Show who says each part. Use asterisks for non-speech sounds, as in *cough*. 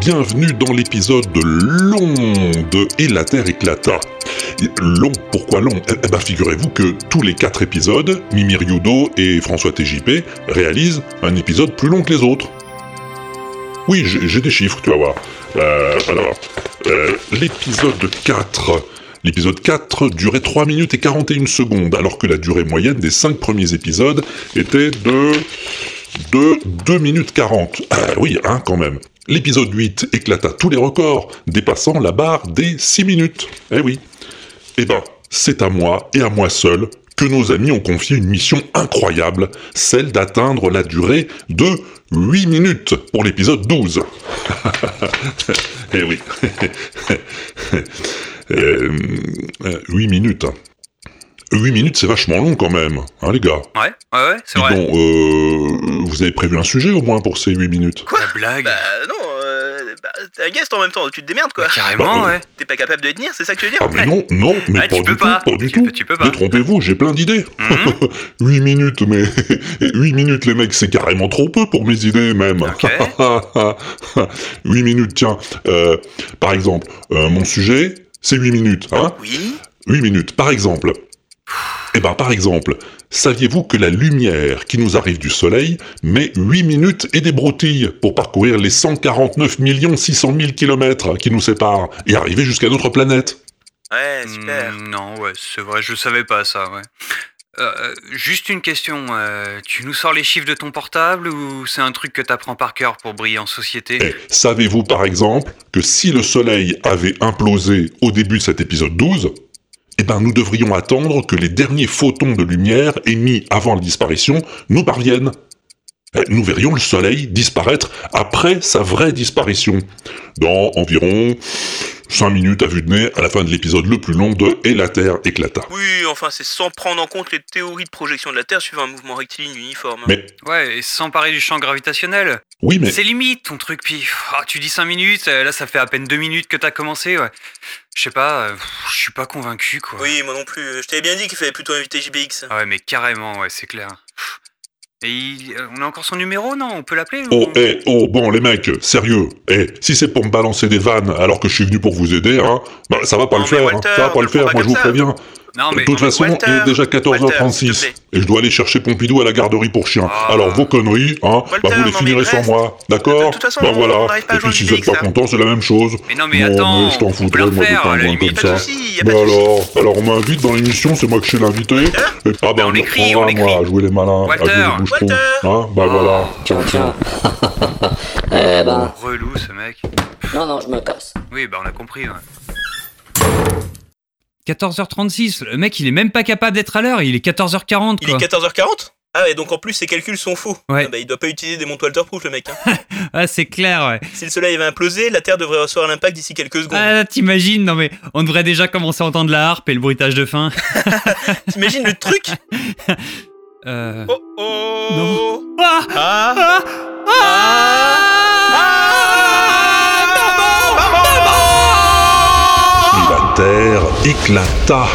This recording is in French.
Speaker 1: bienvenue dans l'épisode long de Et la Terre éclata. Long, pourquoi long Eh ben figurez-vous que tous les quatre épisodes, Mimi Ryudo et François TJP réalisent un épisode plus long que les autres. Oui, j'ai j'ai des chiffres, tu vas voir. Euh, alors, euh, l'épisode 4. L'épisode 4 durait 3 minutes et 41 secondes, alors que la durée moyenne des 5 premiers épisodes était de de 2 minutes 40. Ah oui, hein, quand même. L'épisode 8 éclata tous les records, dépassant la barre des 6 minutes. Eh oui. Eh ben, c'est à moi et à moi seul que nos amis ont confié une mission incroyable, celle d'atteindre la durée de 8 minutes pour l'épisode 12. *laughs* eh oui. *laughs* Euh, euh, 8 minutes. 8 minutes, c'est vachement long quand même, hein les gars
Speaker 2: Ouais, ouais, ouais, c'est
Speaker 1: Dis
Speaker 2: vrai.
Speaker 1: donc, euh, vous avez prévu un sujet au moins pour ces 8 minutes
Speaker 2: Quoi blague
Speaker 3: Bah non, euh, bah, t'es un guest en même temps, tu te démerdes quoi.
Speaker 2: Bah, Carrément,
Speaker 1: Bah,
Speaker 2: ouais.
Speaker 3: T'es pas capable de le tenir, c'est ça que tu veux dire
Speaker 1: Ah mais non, non, mais
Speaker 2: Ah,
Speaker 1: pas, du
Speaker 2: tu
Speaker 1: tout,
Speaker 2: peux pas.
Speaker 1: pas du
Speaker 2: Tu
Speaker 1: tout,
Speaker 2: peux- tu peux pas.
Speaker 1: Ne trompez-vous, j'ai plein d'idées. *laughs*
Speaker 2: Mhm.
Speaker 1: 8 minutes, mais *laughs* 8 minutes les mecs, c'est carrément trop peu pour mes idées même. *laughs*
Speaker 2: Ok.
Speaker 1: 8 minutes, tiens, euh, par exemple, euh, mon sujet, c'est 8 minutes, hein
Speaker 3: Oui.
Speaker 1: 8 minutes, par exemple. Eh ben, par exemple, saviez-vous que la lumière qui nous arrive du soleil met 8 minutes et des broutilles pour parcourir les 149 600 000 kilomètres qui nous séparent et arriver jusqu'à notre planète
Speaker 3: Ouais,
Speaker 1: Hmm.
Speaker 3: super.
Speaker 2: Mm, non, ouais, c'est vrai, je savais pas ça, ouais. Euh, juste une question, euh, tu nous sors les chiffres de ton portable ou c'est un truc que t'apprends par cœur pour briller en société
Speaker 1: Et Eh, savez-vous, par exemple, que si le soleil avait implosé au début de cet épisode 12, eh ben, nous devrions attendre que les derniers photons de lumière émis avant la disparition nous parviennent. Eh, Nous verrions le Soleil disparaître après sa vraie disparition, dans environ 5 minutes à vue de nez à la fin de l'épisode le plus long de Et la Terre éclata.
Speaker 3: Oui, enfin, c'est sans prendre en compte les théories de projection de la Terre suivant un mouvement rectiligne uniforme.
Speaker 1: Mais-
Speaker 2: Ouais, et sans parler du champ gravitationnel.
Speaker 1: Oui, mais
Speaker 2: C'est limite ton truc, puis pff, ah, tu dis 5 minutes, euh, là ça fait à peine 2 minutes que t'as commencé, ouais. Je sais pas, euh, pff, je suis pas convaincu, quoi.
Speaker 3: Oui, moi non plus. Je t'avais bien dit qu'il fallait plutôt inviter JBX.
Speaker 2: Ah Ouais, mais carrément, ouais, c'est clair. Pff. Et il- euh, on a encore son numéro, non On peut l'appeler ou-
Speaker 1: Oh, eh, oh, bon, les mecs, sérieux, eh, si c'est pour me balancer des vannes alors que je suis venu pour vous aider, hein, bah, ça va pas
Speaker 3: Non,
Speaker 1: le
Speaker 3: mais
Speaker 1: faire, hein,
Speaker 3: Walter,
Speaker 1: ça va pas
Speaker 3: ne
Speaker 1: le
Speaker 3: le prends
Speaker 1: faire,
Speaker 3: pas
Speaker 1: moi je vous
Speaker 3: comme ça.
Speaker 1: préviens.
Speaker 2: Non,
Speaker 1: De
Speaker 2: mais.
Speaker 1: toute façon,
Speaker 3: Walter,
Speaker 1: il est déjà 14h36,
Speaker 3: Walter, s'il te
Speaker 1: et je dois aller chercher Pompidou à la garderie pour chiens.
Speaker 2: Ah.
Speaker 1: Alors, vos conneries, hein,
Speaker 3: Walter,
Speaker 1: bah, vous les
Speaker 3: non,
Speaker 1: finirez
Speaker 3: mais
Speaker 1: sans
Speaker 3: reste.
Speaker 1: moi, d'accord
Speaker 3: De toute façon,
Speaker 1: Bah
Speaker 3: on- on
Speaker 1: voilà,
Speaker 3: n'arrive pas à
Speaker 1: et puis
Speaker 3: joindre
Speaker 1: si
Speaker 3: les
Speaker 1: vous êtes
Speaker 3: X, hein.
Speaker 1: pas
Speaker 3: là.
Speaker 1: content, c'est la même chose.
Speaker 2: Mais non, mais
Speaker 1: Bon,
Speaker 2: attends,
Speaker 1: mais je t'en
Speaker 2: on peut
Speaker 1: foutrais,
Speaker 2: le
Speaker 1: moi, de
Speaker 2: faire,
Speaker 1: pas
Speaker 2: à la
Speaker 1: joindre
Speaker 2: limite.
Speaker 1: comme
Speaker 3: Pas de
Speaker 1: ça.
Speaker 3: soucis, y a
Speaker 1: Bah
Speaker 3: pas de soucis.
Speaker 1: alors, alors on m'invite dans l'émission, c'est moi que je suis l'invité.
Speaker 3: Hein
Speaker 1: Et- Ah bah
Speaker 2: on
Speaker 1: on y
Speaker 2: écrit,
Speaker 1: reprendra,
Speaker 2: on écrit.
Speaker 1: moi, à jouer les malins, à jouer
Speaker 2: Walter.
Speaker 1: les boucherons.
Speaker 3: Walter. Ah.
Speaker 1: Hein, bah voilà, tiens, tiens.
Speaker 4: Eh ben,
Speaker 2: Relou ce mec.
Speaker 4: non, non, je me casse.
Speaker 2: Oui, bah on a compris. 14h36, le mec il est même pas capable d'être à l'heure, il est 14h40
Speaker 3: Il est
Speaker 2: quoi.
Speaker 3: 14h40 ah ouais, donc en plus ses calculs sont faux.
Speaker 2: Ouais.
Speaker 3: Ah bah, il doit pas utiliser des montres waterproof le mec. hein. *laughs*
Speaker 2: Ah c'est clair ouais.
Speaker 3: si le soleil avait implosé, la Terre devrait recevoir l'impact d'ici quelques secondes.
Speaker 2: Ah t'imagines, non mais on devrait déjà commencer à entendre la harpe et le bruitage de fin.
Speaker 3: T'imagines le truc
Speaker 2: Euh...
Speaker 3: Oh oh
Speaker 2: Ah
Speaker 3: Ah
Speaker 2: Ah Ah
Speaker 1: Et
Speaker 2: Maman
Speaker 1: la terre *laughs* éclata.